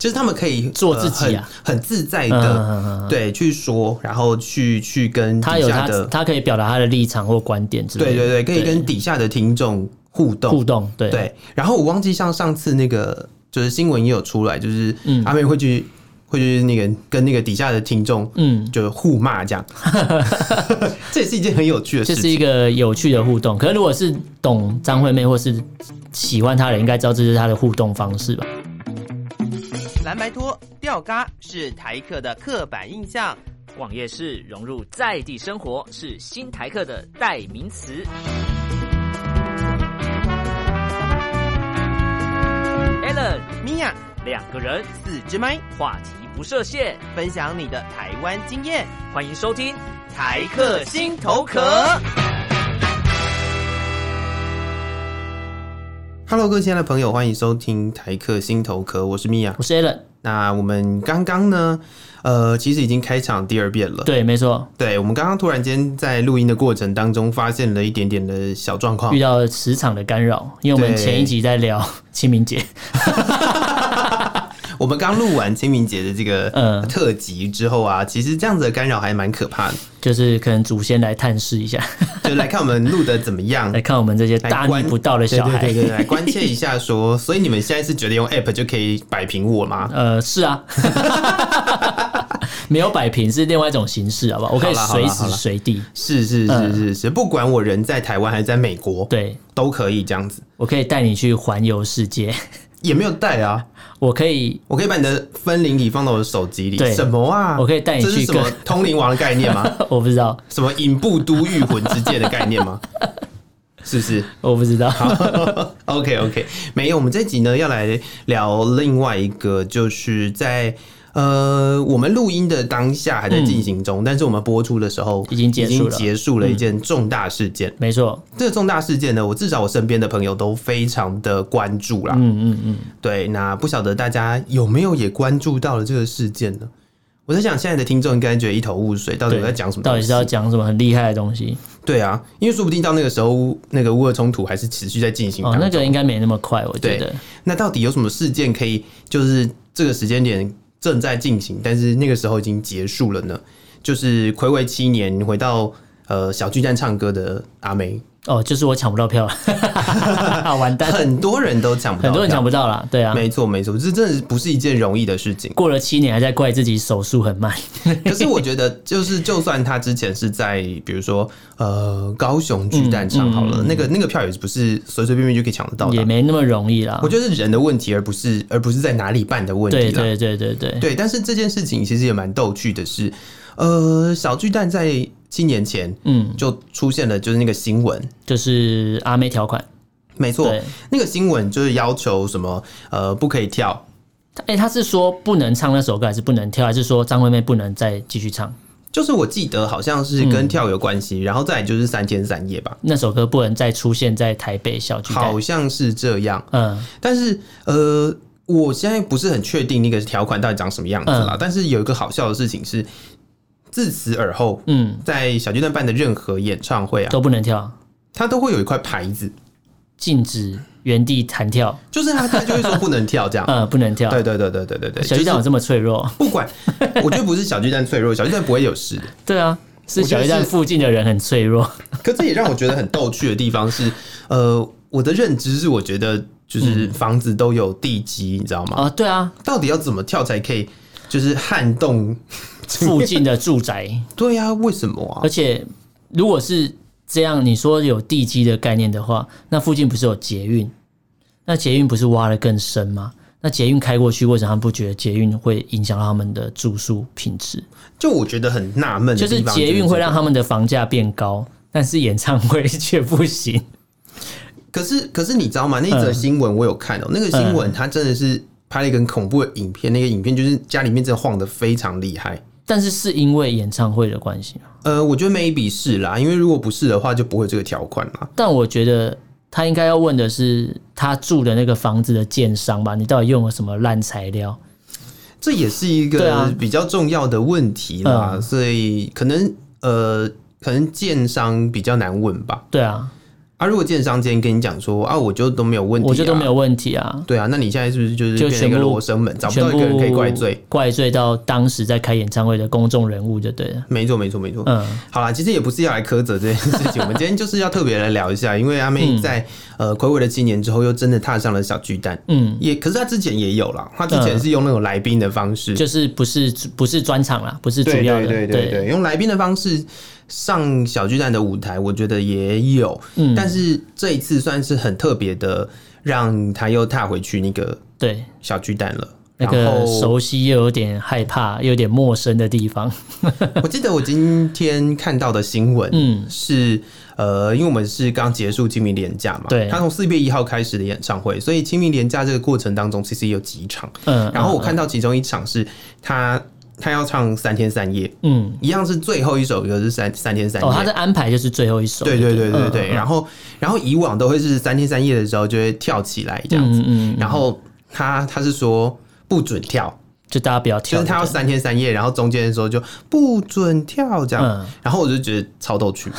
就是他们可以做自己呃啊很很自在嗯的、嗯嗯嗯对去说，然后去去跟他底有下他的他可以表达他的立场或观点之类的，对对对，可以跟底下的听众互动互动，对对，然后我忘记像上次那个就是新闻也有出来，就是嗯阿妹会去、会去那个跟那个底下的听众嗯，就互骂 这样，这也是一件很有趣的这事是情。一个有趣的互动。可是如果是懂张惠妹或是喜欢她的人，应该知道这是她的互动方式吧？蓝白拖、吊嘎是台客的刻板印象。网页式融入在地生活是新台客的代名词。Allen 米娅，两个人，四支麦，话题不设限，分享你的台湾经验，欢迎收听《台台客客心心头头壳壳》。 Hello，各位亲爱的朋友，欢迎收听台客心头壳，我是米娅。我是 Allen，那我们刚刚呢，呃，其实已经开场第二遍了。对，没错，对，我们刚刚突然间在录音的过程当中，发现了一点点的小状况遇。到了磁场的干扰，因为我们对前一集在聊 清明节，我们刚录完清明节的这个 嗯特辑之后啊，其实这样子的干扰还蛮可怕的， 就是可能祖先来探视一下，就来看我们录的怎么 样来。看我们这些大嗯来逆关不道的小孩。对对对对，来关切一下说，所以你们现在是觉得用 App 就可以摆平我吗？ 呃，是啊，没有摆平是另外一种形式，好不好？我可以好啦好啦随好时啦随地，是是是嗯是是，不管我人在台湾还是在美国，对都可以这样子，我可以带你去环游世界， 也没有带啊，我可以 我可以把你的分灵体放到我的手机里，对什么啊？我可以带你这是去什么跟通灵王的概念吗？我不知道，什么影步都御魂之界的概念吗？ 是不是？我不知道。 OK OK，没有，我们这集呢要来聊另外一个，就是在呃我们录音的当下还在进行中，但是我们播出的时候嗯已经结束了已经结束了一件重大事件。 没错，这个重大事件呢，我至少我身边的朋友都非常的关注啦。嗯嗯嗯，对，那不晓得大家有没有也关注到了这个事件呢？我在想，现在的听众应该觉得一头雾水，到底对，我在讲什么到东底西？是要讲什么很厉害的东西？对啊，因为说不定到那个时候，乌那个乌俄冲突还是持续在进行当哦，中。那个应该没那么快，我觉对得。那到底有什么事件可以，就是这个时间点正在进行，但是那个时候已经结束了呢？就是暌违七年回到呃小巨蛋唱歌的阿梅，哦，就是我抢不到票， 完蛋，很多人都抢不到，很多人抢不到啦。对啊，。没错没错，这真的不是一件容易的事情 过了七年还在怪自己手速很慢，可是我觉得，就是就算他之前是在比如说呃高雄巨蛋唱好嗯了，那个那个票也不是随随便便就可以抢得到的也啊。没那么容易啦我。觉得是人的问题，而不是而不是在哪里办的问题啦。对对对对对，对，但是这件事情其实也蛮逗趣的是，呃，小巨蛋在七年前嗯，就出现了，就是那个新闻。就是阿妹条款。没错对，，那个新闻就是要求什么，呃，不可以跳，哎、他是说不能唱那首歌，还是不能跳，还是说张惠妹不能再继续唱就是我记得好像是嗯跟跳有关系，然后再来就是三天三夜吧，那首歌？不能再出现在台北小巨蛋好。像是这样。嗯，但是呃，我现在不是很确定那个条款到底长什么样子啦，嗯但是有一个好笑的事情是，自此而后，嗯，在小巨蛋办的任何演唱会啊，都不能跳，它都会有一块牌子，禁止原地弹跳。就是他他就会说不能跳 这样。嗯，不能跳。对对对对对对对，小巨蛋有就是这么脆弱？ 不管，我觉得不是小巨蛋脆弱，小巨蛋不会有事的。对啊，是我觉小得巨蛋是附近的人很脆 弱。可这也让我觉得很逗趣的地方是，呃，我的认知是我觉得嗯就是房子都有地基，你知道吗？啊，对 啊，到底要怎么跳才可以就是撼动？附近的住宅，对呀、为什么啊而？且如果是这样，你说有地基的概念的话，那附近不是有捷运？那捷运不是挖得更深吗？那捷运开过去，为什么他们不觉得捷运会影响到他们的住宿品质？就我觉得很纳闷就的地是方，捷运会让这个。他们的房价变高，但是演唱会却不行。可是可是你知道吗？那嗯则新闻我有看哦、那个新闻它真的是拍了一个很恐怖的影片，那个影片就是家里面真的晃的非常厉害。但是是因为演唱会的关系吗呃，我觉得 maybe 是啦，因为如果不是的话，就不会有这个条款啦。但我觉得他应该要问的是，他住的那个房子的建商吧，你到底用了什么烂材料？这也是一对个啊比较重要的问题啦，嗯所以可能呃，可能建商比较难问吧。对啊，啊，如果建商今天跟你讲说啊，我就都没有问题、啊，我觉得都没有。问题啊，对啊，那你现在是不是就是就变成一个全部罗生门，找不全到一部个人可以怪罪？怪罪到当时在开演唱会的公众人物就对了。没错，没错，没错。嗯，好啦，其实也不是要来苛责这件事 情，我们今天就是要特别来聊一下，因为阿妹在、呃暌违了七年之后，又真的踏上了小巨蛋。嗯，也，可是她之前也有啦，她之前是用那种来宾的方式，就是不是不是专场啦，不嗯是主对要的，对对对对，用来宾的方式上小巨蛋的舞台，我觉得也有，嗯但是这一次算是很特别的，让她又踏回去那个对小巨蛋了。那然个后熟悉又有点害怕，又有点陌生的地方。我记得我今天看到的新闻，嗯是呃，因为我们是刚结束清明连假嘛，对他从四月一号开始的演唱会，所以清明连假这个过程当中，其实有几场，嗯，然后我看到其中一场是他他要唱三天三夜，嗯，一样是最后一首歌是三三天三夜，哦，他的安排就是最后一首。对对对对对，嗯然后然后以往都会是三天三夜的时候就会跳起来这样子，嗯嗯嗯然后他他是说不准跳，就大家不要就跳。是他要对三天三夜，然后中间的时候就不准跳这样，嗯然后我就觉得超逗趣，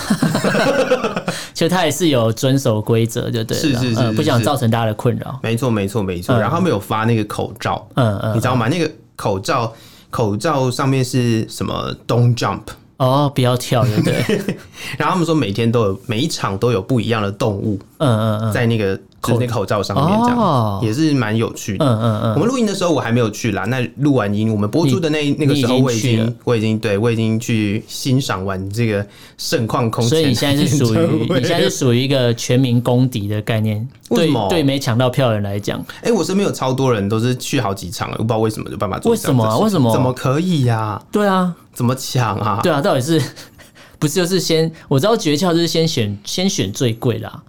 其实他也是有遵守规则，就对了，是是是嗯是不想是造成大家的困扰。没错没错没错，嗯然后他们有发那个口罩，嗯嗯，你知道吗？那个口罩口罩上面是什么？Don't jump，哦，不要跳，对不 对？然后他们说每天都有每一场都有不一样的动物嗯嗯嗯，在那个就是那个口罩上面，这哦样也是蛮有趣的。嗯嗯嗯，我们录音的时候我还没有去啦，那录完音我们播出的那那个时候你已经我已去经了我已经对我已经去欣赏完这个盛况空前，所以你现在是 属于你现在是属于一个全民公敌的概念，为对什么对，没抢到票的人来讲，哎、我身边有超多人都是去好几场了，我不知道为什么就办法做为这样什么的啊事情为什么怎么可以呀、对啊，怎么抢啊？对啊，到底是 不是就是先我知道诀窍就是先选先选最贵的啊，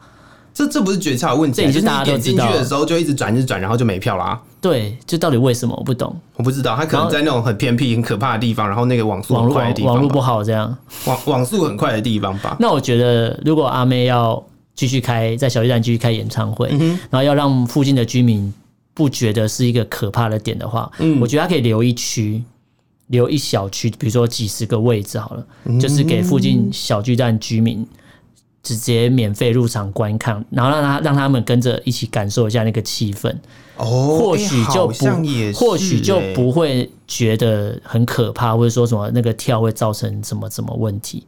这这不是诀窍的问题啊，这已就经是大你家都点进知道去了的时候就一直转，一直转，然后就没票啦、对，就到底为什么我不懂，我不知道，他可然后能在那种很偏僻、很可怕的地方，然后那个网速网很络快网的地网方络不吧，好这样。网网速很快的地方吧。那我觉得，如果阿妹要继续开在小巨蛋继续开演唱会，嗯然后要让附近的居民不觉得是一个可怕的点的话，嗯我觉得她可以留一区，留一小区，比如说几十个位置好了，嗯就是给附近小巨蛋居民。直接免费入场观看，然后让他让他们跟着一起感受一下那个气氛，哦，或哎许就好不、像也是或许就哎不会觉得很可怕，或者说什么那个跳会造成什么什么问题。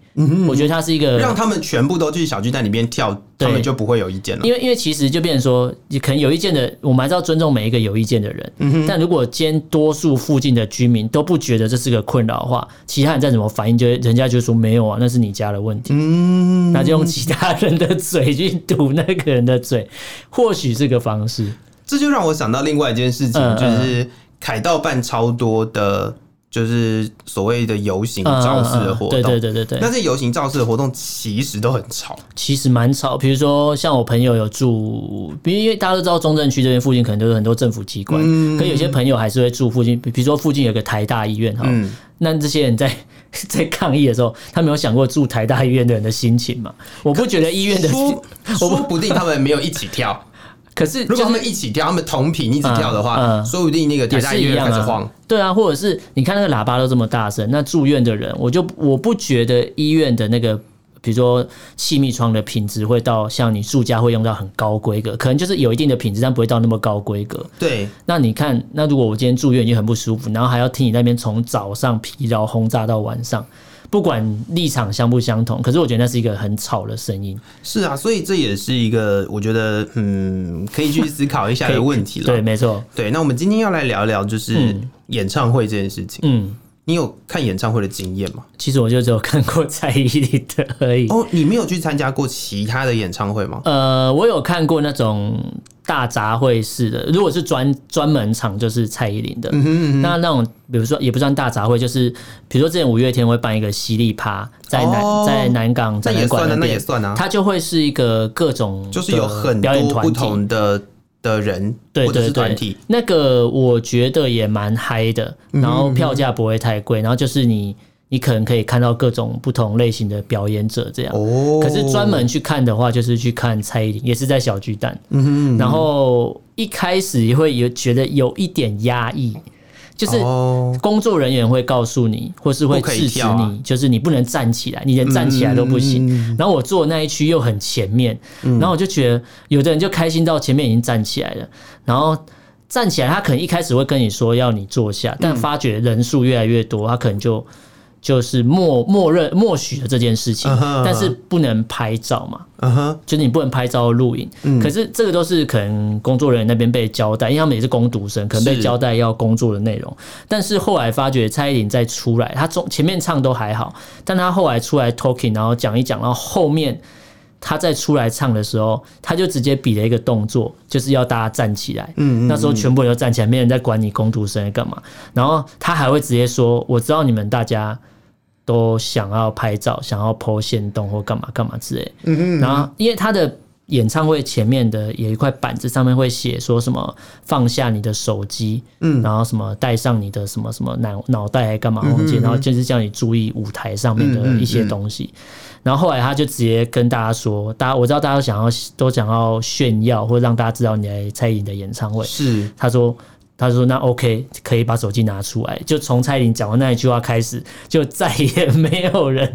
我觉得它是一个嗯让他们全部都去小巨蛋里面跳，对他们就不会有意见了。因为因为其实就变成说，你可能有意见的，我们还是要尊重每一个有意见的人。嗯但如果今天多数附近的居民都不觉得这是个困扰的话，其他人再怎么反应，就会人家就说没有啊，那是你家的问题。嗯，那就用其他人的嘴去堵那个人的嘴，或许是个方式。这就让我想到另外一件事情，嗯嗯就是凯道办超多的，就是所谓的游行嗯造势的活动。对对对对对。那这游行造势的活动其实都很吵，其实蛮吵，比如说像我朋友有住，比如因为大家都知道中正区这边附近可能都有很多政府机关，嗯可有些朋友还是会住附近，比比如说附近有个台大医院哈，嗯那这些人在 在抗议的时候，他没有想过住台大医院的人的心情嘛？我不觉得医 院的，说我不说不定他们没有一起跳。可是如 就果他是们一起跳，他们同频一起跳的嗯话，嗯说不定那个台也大是医一院样开始啊晃。，对啊，或者是你看那个喇叭都这么大声，那住院的人，我就我不觉得医院的那个。比如说气密窗的品质会到像你住家会用到很高规格，可能就是有一定的品质，但不会到那么高规格。对，那你看，那如果我今天住院已经很不舒服，然后还要听你那边从早上疲劳轰炸到晚上，不管立场相不相同，可是我觉得那是一个很吵的声音。是啊，所以这也是一个我觉得嗯可以去思考一 下的问题了。对，没错，对，那我们今天要来聊聊就是嗯演唱会这件事情。嗯，你有看演唱会的经验吗？其实我就只有看过蔡依林的而已。哦，你没有去参加过其他的演唱会吗？呃，我有看过那种大杂烩式的，如果是专专门场就是蔡依林的，嗯那那种比如说也不算大杂烩，就是比如说之前五月天会办一个犀利趴，在南、哦在南港那展也览馆算啊，那也边，算啊，它就会是一个各种就是有的很表演多团不体同的的人对或者对是团对体，，那个我觉得也蛮嗨的，嗯然后票价不会太贵，然后就是你你可能可以看到各种不同类型的表演者这样。哦可是专门去看的话，就是去看蔡依林，也是在小巨嗯蛋。然后一开始也会有觉得有一点压抑，就是哦工作人员会告诉你，或是会不可以制止跳啊嗯你，就是你不能站起来，你连站起来都不行。然后我坐的那一区又很前面，然后我就觉得有的人就开心到前面已经站起来了，然后。站起来，他可能一开始会跟你说要你嗯坐下，但发觉人数越来越多，他可能就就是默默认默许了这件事情嗯哼但是不能拍照嘛。嗯哼，就是你不能拍照或录影。嗯可是这个都是可能工作人员那边被交代，因为他们也是工读生，可能被是交代要工作的内容。但是后来发觉蔡依林再出来，她中前面唱都还好，但她后来出来 talking，然后讲一讲，然后后面。她再出来唱的时候，她就直接比了一个动作，就是要大家站起来。嗯嗯那时候全部人都站起来，没人在管你工读生在干嘛。然后她还会直接说：“我知道你们大家都想要拍照，想要 PO 线动或干嘛干嘛之类。然后因为他的演唱会前面的有一块板子，上面会写说什么放下你的手机，嗯，然后什么带上你的什么什么脑脑袋还干嘛忘记，然后就是叫你注意舞台上面的一些东西。然后后来他就直接跟大家说，大家我知道大家都想要都想要炫耀，或者让大家知道你来蔡依林的演唱会，是他说。他说：“那 OK，可以把手机拿出来。”就从蔡依林讲完那一句话开始，就再也 没有人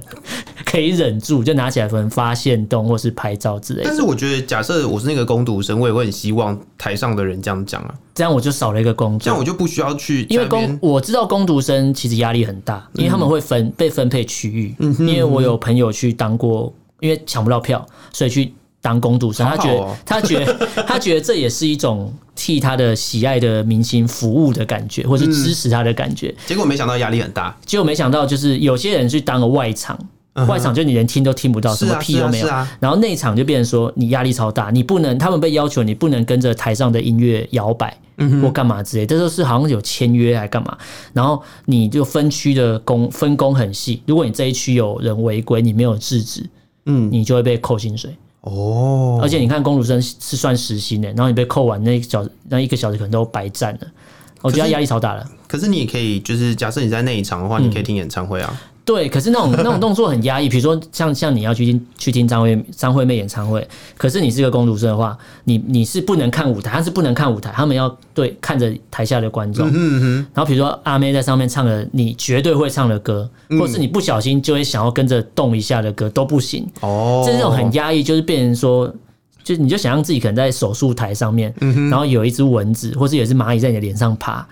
可以忍住，就拿起来可能发现动或是拍照之类但的。是我觉得，假设我是那个攻读生，我也会很希望台上的人这样讲啊，这样我就少了一个工这样作我，就不需要去因为在那边工我知道工读生其实压力很大，嗯因为他们会分、被分配区域。因为我有朋友去当过，因为抢不到票，所以去当工读生。好他好觉得、哦他觉得他觉得这也是一种替他的喜爱的明星服务的感觉，嗯或是支持他的感觉。结果没想到压力很大，结果没想到，就是有些人去当个外场，嗯哼外场就你连听都听不到，哦什是么啊屁是都啊没有。是啊，然后内场就变成说你压力超大，你不能，他们被要求你不能跟着台上的音乐摇摆。嗯或干嘛之类，这都是好像有签约还干嘛，然后你就分区的工分工很细。如果你这一区有人违规，你没有制止，嗯你就会被扣薪水。哦，而且你看，公主生是是算时薪的，然后你被扣完那一小时那一个小时可能都白占了，我觉得可是压力超大了。可是你也可以，就是假设你在那一场的话，你可以听演唱会啊。对，可 是那种那种动作很压抑，比如说像像你要去听去听张惠张惠妹演唱会，可是你是个公主生的话，你你是不能看舞台，他是不能看舞台，他们要对看着台下的观嗯众。然后比如说阿妹在上面唱了你绝对会唱的歌，嗯或是你不小心就会想要跟着动一下的歌都不行，哦，这种很压抑，就是变成说。就你就想象自己可能在手术台上面，嗯然后有一只蚊子或是有一只蚂蚁在你的脸上爬，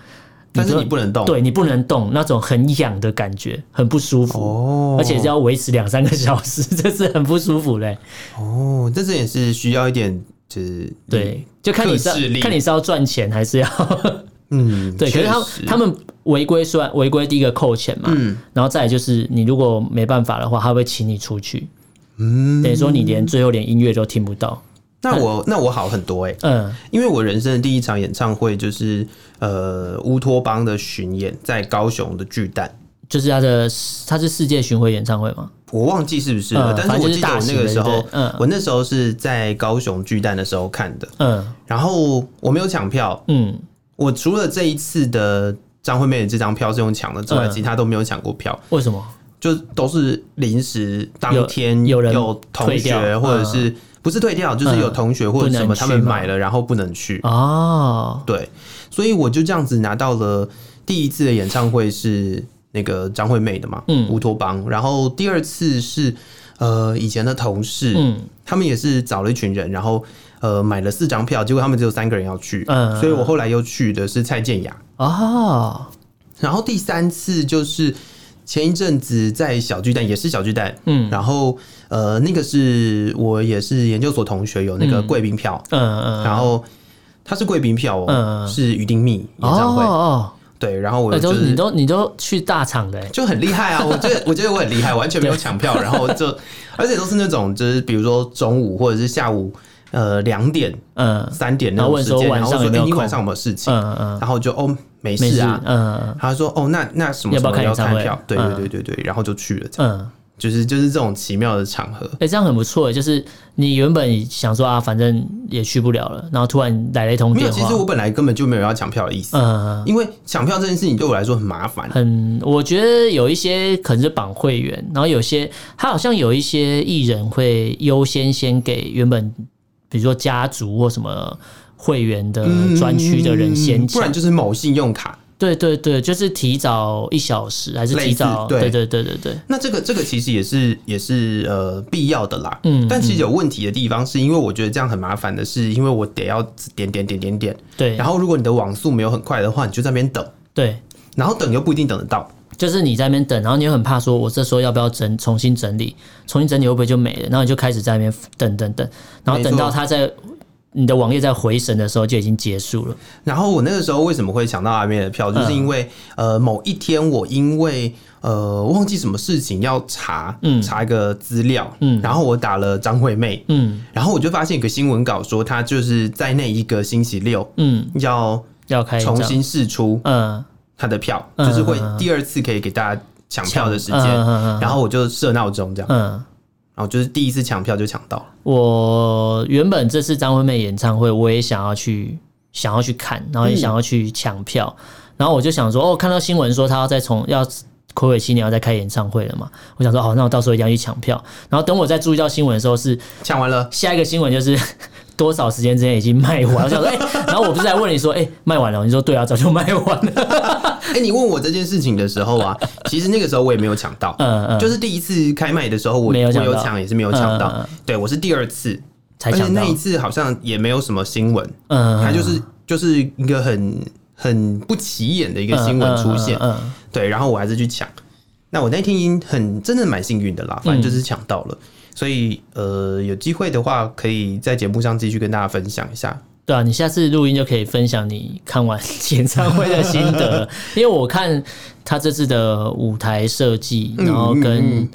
但是就你不能动。对你不能动，那种很痒的感觉，很不舒服，哦而且是要维持两三个小时， 这是很不舒服嘞、哦，这这也是需要一点，就是对，，就看你是嗯克制力看你是要赚钱 还是要嗯，对，可是他们确实嗯他们违规虽然违规，第一个扣钱嘛，然后再来就是你如果没办法的话，他会请你出去，嗯，等于说你连最后连音乐都听不到，那我那我好很多哎、嗯，因为我人生的第一场演唱会就是呃乌托邦的巡演，在高雄的巨蛋，就是他的他是世界巡回演唱会嘛，我忘记是不是了，嗯但是我记得反我正就是那个时大型的候对，嗯我那时候是在高雄巨蛋的时候看的，嗯然后我没有抢票，嗯，我除了这一次的张惠妹的这张票是用抢的之外，嗯其他都没有抢过票，为什么？就都是临时当天有有人有同退掉学嗯或者是、不是退掉，就是有同学或者什不么能去他们吗买了然后不能去，哦，对，所以我就这样子拿到了第一次的演唱会是那个张惠妹的嘛，嗯乌托邦，然后第二次是呃以前的同事，嗯他们也是找了一群人，然后呃买了四张票，结果他们只有三个人要去，嗯所以我后来又去的是蔡健雅。哦，然后第三次就是前一阵子在小巨蛋，也是小巨蛋，嗯，然后呃，那个是我也是研究所同学有那个贵宾票，嗯嗯，然后它是贵宾票哦，嗯是于丁密演唱会，哦哦。对，然后我哎，就都是你都你都去大厂的欸，就很厉害啊！我觉得我觉得我很厉害，完全没有抢票，然后就而且都是那种就是比如说中午或者是下午呃两点嗯三点那然后种问时说间，晚然后上说有没有哎你晚空上有没有事情？嗯嗯，然后就哦没没事事，啊，嗯他说：“哦，那那什么要什不要么看要演唱看会票？对嗯对对对对，然后就去了，这样嗯，就是就是这种奇妙的场合。哎，这样很不错欸，就是你原本想说啊，反正也去不了了，然后突然来了一通没有，电其话实，我本来根本就没有要抢票的意思，嗯，因为抢票这件事情对我来说很麻烦。很，我觉得有一些可能是绑会员，然后有些他好像有一些艺人会优先先给原本比如说呃家族或什么会员的专区的人先嗯不抢然，就是某信用卡，对对对，就是提早一小时，还是类提似早？对对对对对对，那这个这个其实也是也是呃必要的啦，嗯但其实有问题的地方是因为我觉得这样很麻烦的是，因为我得要点点点点点，对，然后后如果你的网速没有很快的话，你就在那边等，对，然后等又不一定等得到，就是你在那边等，然后你又很怕说，我这时候要不要整重新整理？重新整理会不会就没了？然后你就开始在那边等等等，然后没错等到它在你的网页在回神的时候就已经结束了。然后我那个时候为什么会抢到阿妹的嗯票，就是因为、呃某一天我因为呃忘记什么事情要查，嗯查一个资料，嗯然后我打了张惠妹，嗯然后我就发现一个新闻稿说她就是在那一个星期六嗯，要要开一张重新试出嗯她的票，嗯就是会嗯嗯第二次可以给大家抢票的时间，嗯嗯嗯然后我就设闹钟这样，嗯。然后就是第一次抢票就抢到了，我原本这次张惠妹演唱会，我也想要去，想要去看，然后也想要去抢票，然后我就想说，哦，看到新闻说她要再从要魁伟七年要再开演唱会了嘛，我想说，哦好，那我到时候一定要去抢票。然后等我再注意到新闻的时候是，抢完 了。下一个新闻就是多少时间之内已经卖完。我想说，哎、然后我不是还问你说，哎、卖完了？你说对啊，早就卖完了。 哎、你问我这件事情的时候啊，其实那个时候我也没有抢到，嗯嗯，就是第一次开卖的时候我，我没有抢到有抢也是没有抢到，嗯嗯对我是第二次，才而且抢到那。一次好像也没有什么新闻，嗯，它就是就是一个很很不起眼的一一个新闻出现，嗯嗯对，然后我还是去抢。那我那天很真的蛮幸运的啦，反正嗯就是抢到了，所以呃有机会的话可以在节目上继续跟大家分享一下。对啊，你下次录音就可以分享你看完演唱会的心 得，因为我看他这次的舞台设计，嗯然后嗯跟嗯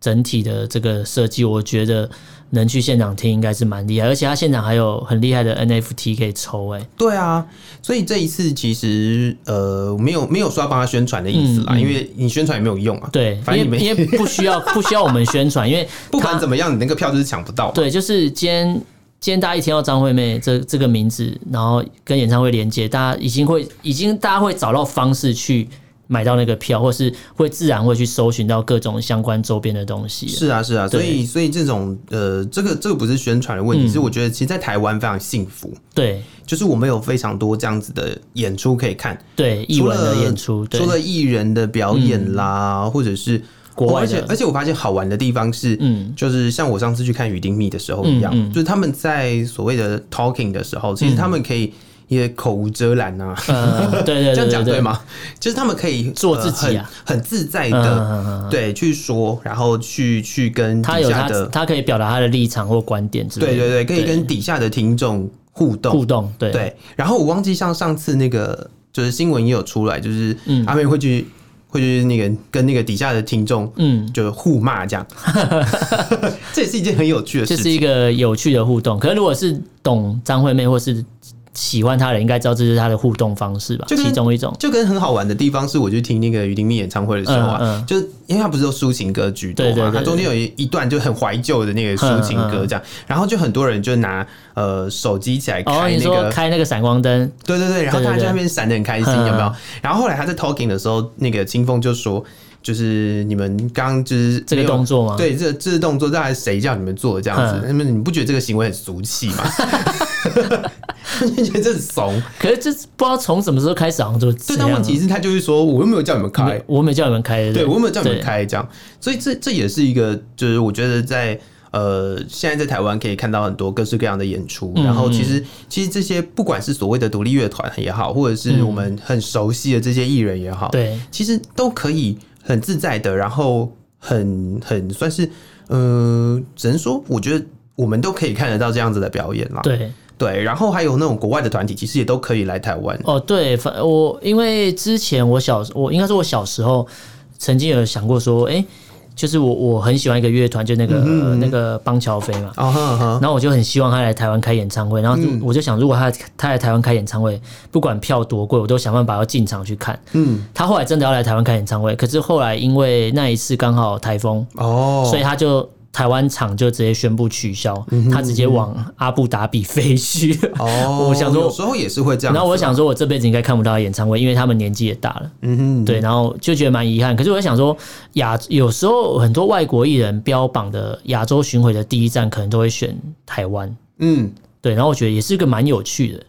整体的这个设计，我觉得能去现场听应该是蛮厉害，而且他现场还有很厉害的 NFT 可以抽、哎，对啊，所以这一次其实呃没有没有说要帮他宣传的意思啦，嗯嗯因为你宣传也没有用啊。对，反正因你为们因为不需要不需要我们宣传，因为不管他怎么样，你那个票就是抢不到嘛。对，就是今天。今天大家一听到张惠妹这这个名字，然后跟演唱会连接，大家已经会已经大家会找到方式去买到那个票，或是会自然会去搜寻到各种相关周边的东西。是啊，是啊，所对以所以这种呃，这个这个不是宣传的问题，嗯是我觉得其实，在台湾非常幸福，对就是我们有非常多这样子的演出可以看，对，艺除文的了演出，对嗯除了艺人的表演啦，或者是国哦外而且的而且我发现好玩的地方是，嗯就是像我上次去看雨丁密的时候一样，嗯嗯嗯就是他们在所谓的 talking 的时候，其实他们可以也口无遮拦啊。 呃，对这对对样讲对对？吗？就是他们可以做呃自己啊很很自在嗯嗯的，嗯嗯，嗯对，去说，然后去去跟他底有下他的他可以表达他的立场或观点之类的。对对对，可以跟底下的听众互动。互动，对对，然后我忘记像上次那个，就是新闻也有出来，就是嗯阿妹会去、会去那个跟那个底下的听众嗯，就互骂 这样，这也是一件很有趣的这事是情。一个有趣的互动。可是如果是懂张惠妹或是喜欢她的人，应该知道这是她的互动方式吧？就跟其中一种。就跟很好玩的地方是，我去听那个于丁密演唱会的时候啊，嗯嗯就是因为他不是都抒情歌居多嘛，对对对嗯他中间有一一段就很怀旧的那个抒情歌这样，然后就很多人就拿呃手机起来哦，开你那说个开那个闪光灯，对对对，然后对对他对在那边闪的很开心，嗯有没有？然后后来他在 talking 的时候，那个清风就说，就是你们刚刚就是这个没有动作吗对，这这个动作大概谁叫你们做的这样子？嗯那么你不觉得这个行为很俗气 吗？你觉得这很怂？可是这不知道从什么时候开始，好像就这对，样但了。问题是，他就是说，我又没有叫你们开，我没有叫你们开的，对我又没有叫你们对。开这样，所以这这也是一个，就是我觉得在。呃，现在在台湾可以看到很多各式各样的演出，嗯然后其实其实这些不管是所谓的独立乐团也好，或者是我们很熟悉的这些艺人也好，嗯对，其实都可以很自在的，然后很很算是，呃，只能说我觉得我们都可以看得到这样子的表演啦。对对，然后还有那种国外的团体，其实也都可以来台湾。哦，对，反我因为之前我小我应该说我小时候曾经有想过说，哎、就是我我很喜欢一个乐团，就嗯那个、呃那个邦乔飞嘛，哦呵呵，然后我就很希望他来台湾开演嗯唱会，然后就我就想，如果他他来台湾开演唱会，不管票多贵，我都想办法要进场去看。嗯，他后来真的要来台湾开演唱会，可是后来因为那一次刚好台风，哦，嗯所以他就台湾场就直接宣布取消，他直接往阿布达比飞去。哦，我想说有时候也是会这样子啊。然后我想说，我这辈子应该看不到他演唱会，因为他们年纪也大了，嗯哼，对，然后就觉得蛮遗憾。可是我在想说，亚有时候很多外国艺人标榜的亚洲巡回的第一站，可能都会选台湾，嗯，对，然后我觉得也是个蛮有趣的，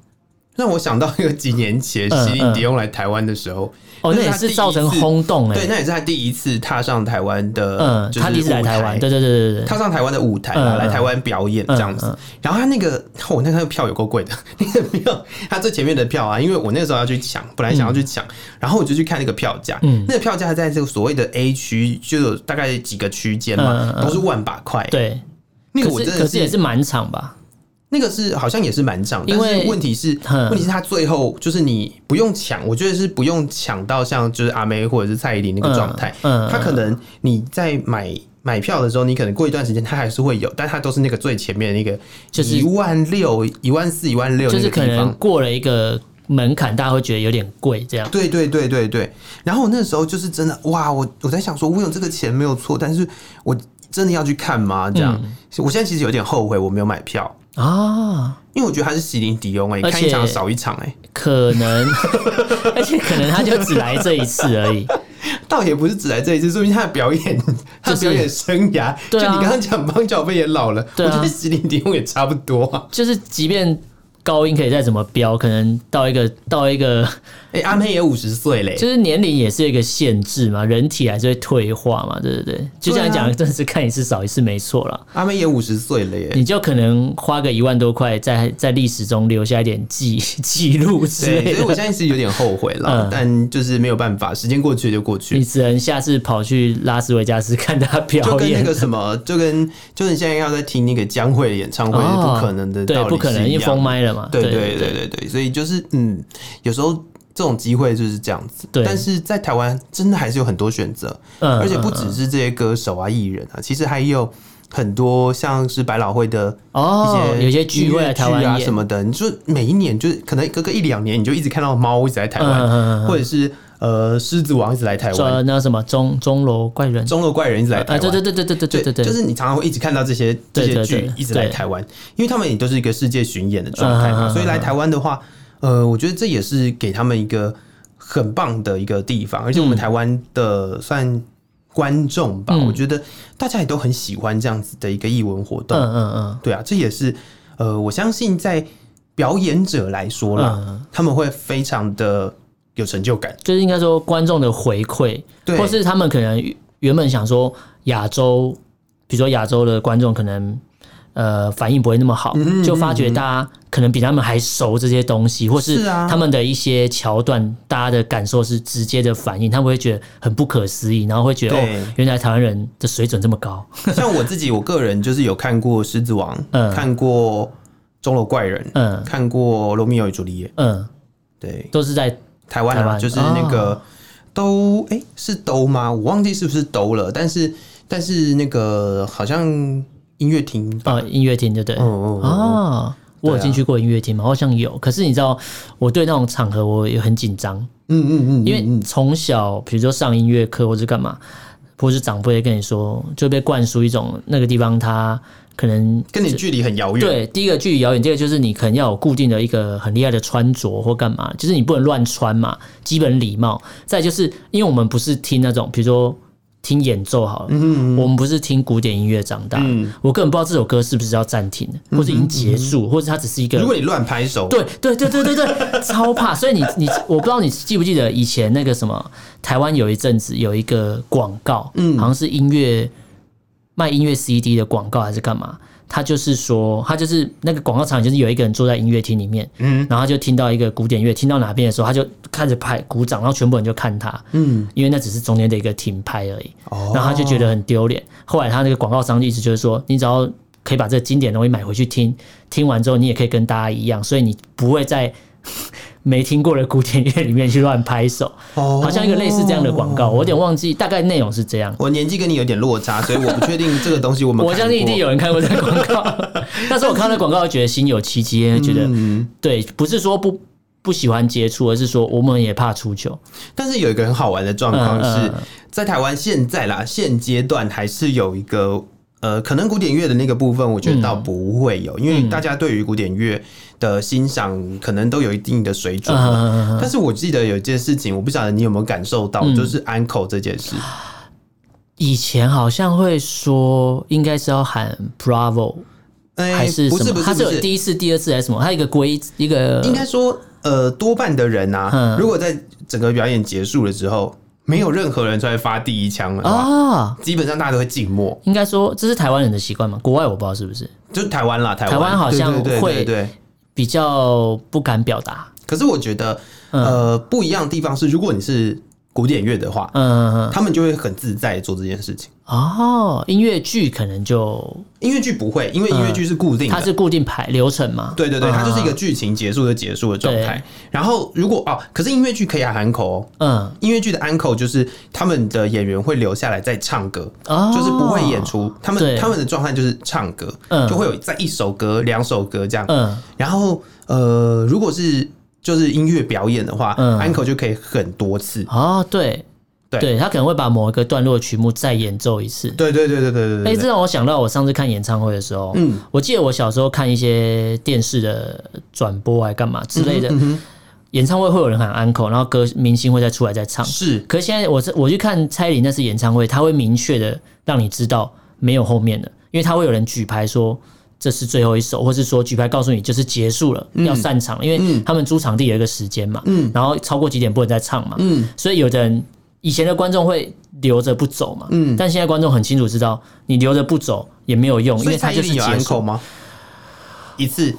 让我想到一个几年前嗯席琳嗯迪翁来台湾的时候，哦，那也他第是一造成次轰动哎、对，那也是他第一次踏上台湾的，嗯，就是他第一次来舞台台湾，对对对对对，踏上台湾的舞台啊，嗯嗯来台湾表演这样子。嗯嗯然后他那个，我、那个票有够贵的， 那个票他最前面的票啊，因为我那个时候要去抢，本来想要去抢，然后我就去看那个票价，嗯那个票价在这个所谓的 A 区，就有大概几个区间嘛嗯，嗯嗯都是万把块。，对，那个我可真是的可是也是满场吧？那个是好像也是蛮涨，因为但是问题是，嗯问题是他最后就是你不用抢，我觉得是不用抢到像就是阿妹或者是蔡依林那个状态，嗯嗯他可能你在买。买票的时候，你可能过一段时间它还是会有，但它都是那个最前面的那个，就是一万六、一万四、一万六就那是个可地能方。过了一个门槛，大家会觉得有点贵这样。对对对对对。然后我那时候就是真的哇，我我在想说，我有这个钱没有错，但是我真的要去看吗？这样，嗯我现在其实有点后悔我没有买票，啊，因为我觉得他是席琳迪翁哎、而看一场且少一场哎、可能， 而且可能他就只来这一次而已。倒也不是只来这一次，说明他的表 演，他的表演生涯，就对啊你刚刚讲邦乔贝也老了，对啊我觉得席琳迪翁也差不多、 啊。就是即便高音可以再怎么飙，可能到一个到一个，哎、阿妹也五十岁嘞，就是年龄也是一个限制嘛，人体还是会退化嘛，对不对？就像你讲，真的是看一次少一次没错啦。阿妹也五十岁了耶。你就可能花个一万多块在在历史中留下一点记 记录之对，类所以我的。现在是有点后悔了，嗯但就是没有办法，时间过去就过你去，只能下次跑去拉斯维加斯看他就表跟那演个，什么，就跟就是你现在要在听那个江蕙的演唱会，哦不可能的对道，理不可能，是一因为样的封麦了嘛。对对对对对对，所以就是嗯，有时候这种机会就是这样子。对但是在台湾真的还是有很多选择，嗯而且不只是这些歌手啊、艺人啊，其实还有很多像是百老汇的哦，有一些些聚会音乐来台剧啊湾什演，么的，你就每一年就是可能隔个一两年，你就一直看到猫一直来台嗯嗯嗯湾，嗯或者是呃狮子王一直来台说湾，那什么钟钟楼怪人中楼怪人一直来台啊，湾，对对对对对对对对对，就是你常常会一直看到这些这对些对对剧一直来对台湾，因为他们也都是一个世界巡演的状态嗯嗯嘛，嗯所以来台湾的话，呃，我觉得这也是给他们一个很棒的一个地方，而且我们台湾的算观众吧，嗯我觉得大家也都很喜欢这样子的一个艺文活动，嗯嗯嗯，对啊，这也是呃，我相信在表演者来说啦，嗯嗯他们会非常的有成就感，就是应该说观众的回馈，对，或是他们可能原本想说亚洲，比如说亚洲的观众可能呃反应不会那么好，嗯嗯就发觉大家可能比他们还熟这些东西，或是是啊他们的一些桥段，大家的感受是直接的反应，他们会觉得很不可思议，然后会觉得对哦，原来台湾人的水准这么高，像我自己，我个人就是有看过《狮子王》嗯看过《钟楼怪人》嗯看过《罗密欧与朱丽叶》。嗯，对，都是在台湾台啊，湾哦就是那个兜，哎、是兜吗？我忘记是不是兜了，但是但是那个好像音乐厅吧，呃音乐厅，对不对？嗯嗯嗯啊，我有进去过音乐厅吗？好像有，可是你知道，我对那种场合我也很紧张，嗯嗯嗯，因为从小比如说上音乐课或是干嘛，或是长辈跟你说，就被灌输一种那个地方它可能跟你距离很遥远，对第一个距离遥远，第二个就是你可能要有固定的一个很厉害的穿着或干嘛，就是你不能乱穿嘛，基本礼貌。再来就是因为我们不是听那种比如说。听演奏好了，嗯我们不是听古典音乐长大的，我根本不知道这首歌是不是要暂停，或者已经结束，或者它只是一个嗯如果你乱拍手，对对对对对对，超怕。所以你你，我不知道你记不记得以前那个什么，台湾有一阵子有一个广告，嗯，好像是音乐卖音乐 CD 的广告还是干嘛？他就是说，他就是那个广告场，就是有一个人坐在音乐厅里面，嗯，然后他就听到一个古典乐，听到哪边的时候，他就开始拍鼓掌，然后全部人就看他，嗯，因为那只是中间的一个停拍而已，哦然后他就觉得很丢脸。后来他那个广告商一直就是说，你只要可以把这个经典的东西买回去听，听完之后你也可以跟大家一样，所以你不会在 没听过的古典乐里面去乱拍手，哦好像一个类似这样的广告，我有点忘记大概内容是这样。我年纪跟你有点落差，所以我不确定这个东西我们 我相信一定有人看过这个广 告，但是我看到广告觉得心有戚戚焉，觉得、嗯对，不是说不不喜欢接触，而是说我们也怕出糗。但是有一个很好玩的状况嗯嗯是、嗯在台湾现在啦，现阶段还是有一个呃，可能古典乐的那个部分，我觉得倒嗯不会有，因为大家对于古典乐的欣赏可能都有一定的水准了。嗯、但是我记得有一件事情，我不晓得你有没有感受到，就是安口这件事。以前好像会说应该是要喊 Bravo，哎还是不是什不么？是它不有是第一次、第二次还是什么？它有一个规一个应该说，呃，多半的人啊嗯，如果在整个表演结束了之后，没有任何人出来发第一枪的话，啊，基本上大家都会静默。应该说这是台湾人的习惯嘛？国外我不知道是不是就是台湾啦，台湾台湾好像对对会对对对。比较不敢表达。可是我觉得，嗯呃，不一样的地方是，如果你是古典乐的话，嗯嗯嗯，他们就会很自在地做这件事情。哦，音乐剧可能就音乐剧不会，因为音乐剧是固定的，嗯它是固定排流程嘛？对对对，它就是一嗯个剧情结束的结束的状态。然后如果哦，可是音乐剧可以喊口哦。嗯音乐剧的 uncle 就是他们的演员会留下来再唱歌，哦，就是不会演出，他对们他们的状态就是唱歌，嗯就会有在一首歌、两首歌这样。嗯然后呃，如果是就是音乐表演的话、嗯 u n c l e 就可以很多次。哦，对对他可能会把某一个段落曲目再演奏一次。对对对对对对哎、对这对。让我想到我上次看演唱会的时候，嗯我记得我小时候看一些电视的转播还干嘛之类的，嗯演唱会会有人喊 uncle，然后歌明星会再出来再唱。是可是现在我是我去看蔡依林那次演唱会，他会明确的让你知道没有后面的，因为他会有人举牌说这是最后一首，或是说举牌告诉你就是结束了，嗯要散场了，因为他们租场地有一个时间嘛，然后超过几点不能再唱嘛，嗯所以有的人以前的观众会留着不走嘛，嗯但现在观众很清楚知道你留着不走也没有用，因所以为他蔡依就是林有结 uncle 束。吗？一次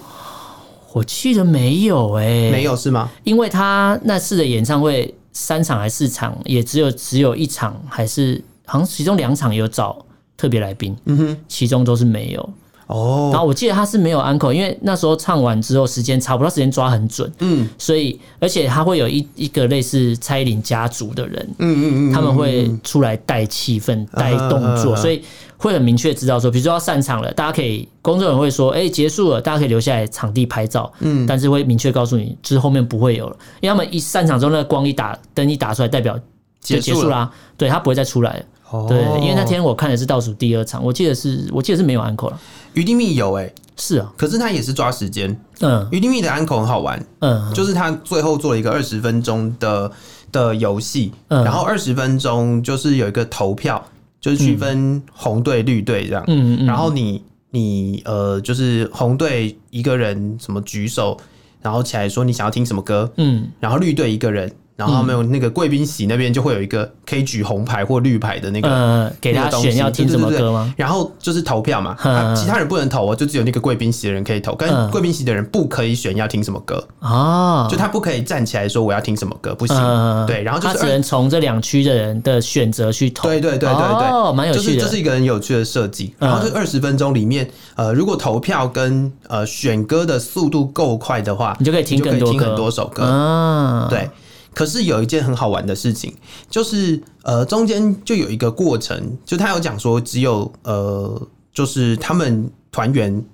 我记得没有哎、没有是吗？因为他那次的演唱会三场还是四场，也只有只有一场，还是好像其中两场有找特别来宾，嗯哼，其中都是没有。然哦，后我记得他是没有 uncle，因为那时候唱完之后时间差不多，时间抓很准，嗯所以而且他会有一一个类似蔡依林家族的人，嗯嗯嗯，他们会出来带气氛、带动作，啊所以会很明确知道说，比如说要散场了，大家可以工作人员会说，哎、结束了，大家可以留下来场地拍照，嗯，但是会明确告诉你，就是后面不会有了，因为他们一散场之后，那个光一打灯一打出来，代表就结束啦、对他不会再出来了。哦对，因为那天我看的是倒数第二场，我记得是，我记得是没有 uncle 了。于丁密有哎、是啊，可是他也是抓时间。嗯于丁密的 uncle 很好玩，嗯就是他最后做了一个二十分钟的的游戏，嗯然后二十分钟就是有一个投票，就是区分红队绿队这样，嗯嗯，然后你你呃就是红队一个人什么举手，然后起来说你想要听什么歌，嗯然后绿队一个人，然后他们有那个贵宾席那边就会有一个可以举红牌或绿牌的那个。呃，给那他个东西选要听什么对对对歌吗？然后就是投票嘛，嗯啊其他人不能投哦，就只有那个贵宾席的人可以投，嗯跟贵宾席的人不可以选要听什么歌。啊，就他不可以站起来说我要听什么歌，不行。嗯，对，然后就他是只能从这两区的人的选择去投。对对对对对，哦，蛮有就是趣这的。是一个很有趣的设计。嗯然后这二十分钟里面，呃，如果投票跟呃选歌的速度够快的话，你就可以听你就可更以多听歌很多首歌。啊，对，可是有一件很好玩的事情，就是呃中间就有一个过程，就他有讲说只有呃就是他们团员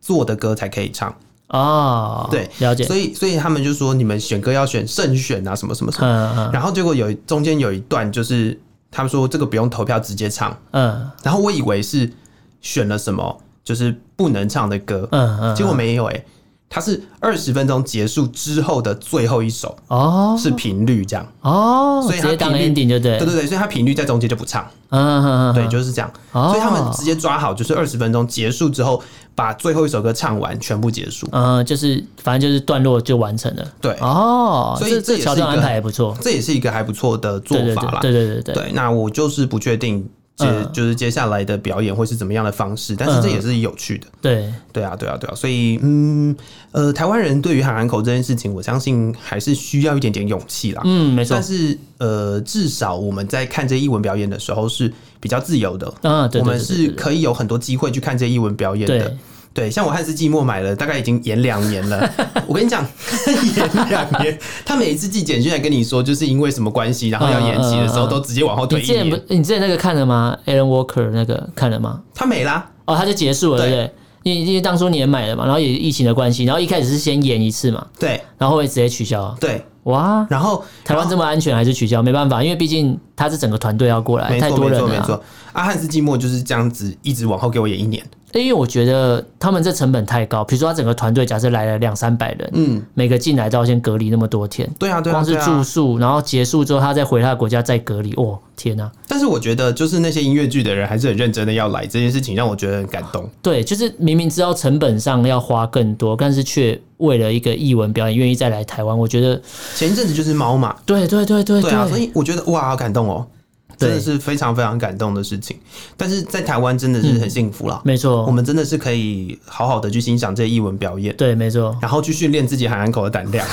做的歌才可以唱，哦，对，了解所。以所以他们就说你们选歌要选慎选啊，什么什么什么。嗯嗯然后结果有中间有一段就是他们说这个不用投票直接唱，嗯然后我以为是选了什么就是不能唱的歌，嗯嗯，结果没有哎、它是二十分钟结束之后的最后一首哦是频率这样，哦，所以直它接当频率 ending 就对对，对对，所以它频率在中间就不唱，嗯嗯嗯，对，就是这样，哦所以他们直接抓好就是二十分钟结束之后把最后一首歌唱完，全部结束，嗯，就是反正就是段落就完成了。对，哦，所以这这也桥是一段个安排也不错，这也是一个还不错的做对对法啦，对对对对对，对，那我就是不确定接、嗯就是接下来的表演会是怎么样的方式，但是这也是有趣的。对对啊，对啊，对啊，所以嗯呃，台湾人对于喊喊口这件事情，我相信还是需要一点点勇气啦。嗯，没错但，是呃，至少我们在看这些艺文表演的时候是比较自由的，嗯，对，对我们对是对对可以有很多机会去看这些艺文表演的对。对，像我汉斯季默买了，大概已经演两年 了。我跟你讲， 演两年，他每一次寄简讯来跟你说，就是因为什么关系，然后要延期的时嗯候，嗯嗯都直接往后你推之一前不年。，你之前那个看了吗？Alan Walker 那个看了吗？他没啦，哦，它就结束了，对对不对？因为因为当初你也买了嘛，然后也疫情的关系，然后一开始是先演一次嘛，对然后会直接取消。啊对，哇，然后台湾这么安全还是取消？没办法，因为毕竟他是整个团队要过来，没哎太错多没人错了没啊、错，阿汉斯季默就是这样子一直往后给我演一年，因为我觉得他们这成本太高。比如说，他整个团队假设来了两三百人，嗯，每个进来都要先隔离那么多天，对啊，对啊，光是对啊住宿，然后结束之后他再回他的国家再隔离，哦，天哪、但是我觉得，就是那些音乐剧的人还是很认真的要来这件事情，让我觉得很感动。对，就是明明知道成本上要花更多，但是却为了一个艺文表演愿意再来台湾，我觉得前一阵子就是猫嘛，对对对对对啊，所以我觉得哇，好感动哦，对真的是非常非常感动的事情。但是在台湾真的嗯是很幸福啦，没我错，们真的是可以好好的去欣赏这些艺文表演，对没错，然后去训练自己喊安口的 胆量。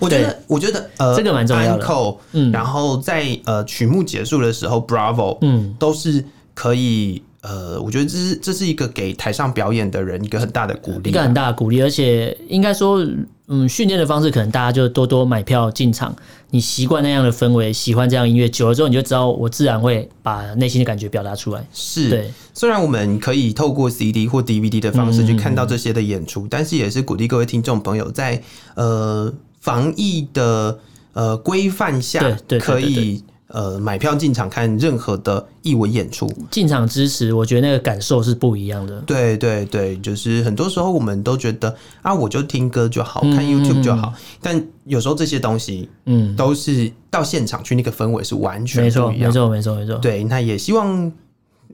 我觉得，我觉得，呃，这个蛮重要的 uncle，嗯然后在呃曲目结束的时候，Bravo，嗯，都是可以，呃，我觉得这是这是一个给台上表演的人一个很大的鼓励一啊个。很大的鼓励，而且应该说，嗯，训练的方式可能大家就多多买票进场，你习惯那样的氛围，喜欢这样音乐，久了之后你就知道，我自然会把内心的感觉表达出来。是，对，虽然我们可以透过 CD 或 DVD 的方式去看到这些的演嗯出，但是也是鼓励各位听众朋友在呃防疫的呃规范对下，对对可对以呃买票进场看任何的艺文演出。进场支持，我觉得那个感受是不一样的。对对对，就是很多时候我们都觉得啊，我就听歌就好，看 YouTube 就好，但有时候这些东西嗯，都是到现场去那个氛围是完全没错，不一没样。错，没错，没错。对，那也希望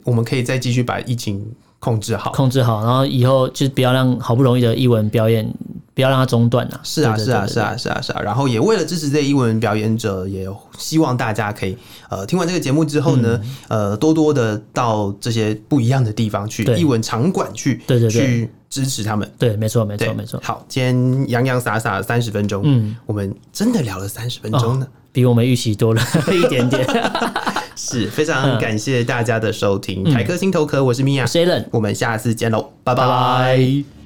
我们可以再继续把疫情控制好。控制好，然后以后就不要让好不容易的译文表演，不要让它中断啊。是啊，对是啊，是，对对对啊，是啊，是啊。然后也为了支持这些英文表演者，也希望大家可以呃听完这个节目之后呢，呃多多的到这些不一样的地方去，嗯对艺文场馆去，对对对去支持他们。对没错，没对，错，没错，好，今天洋洋洒洒三十分钟，嗯，我们真的聊了三十分钟呢，比我们预期多了一点点。嗯是非常感 谢大家的收听。台科心头壳，我是米娅，谁冷？我们下次见喽，拜嗯拜拜拜。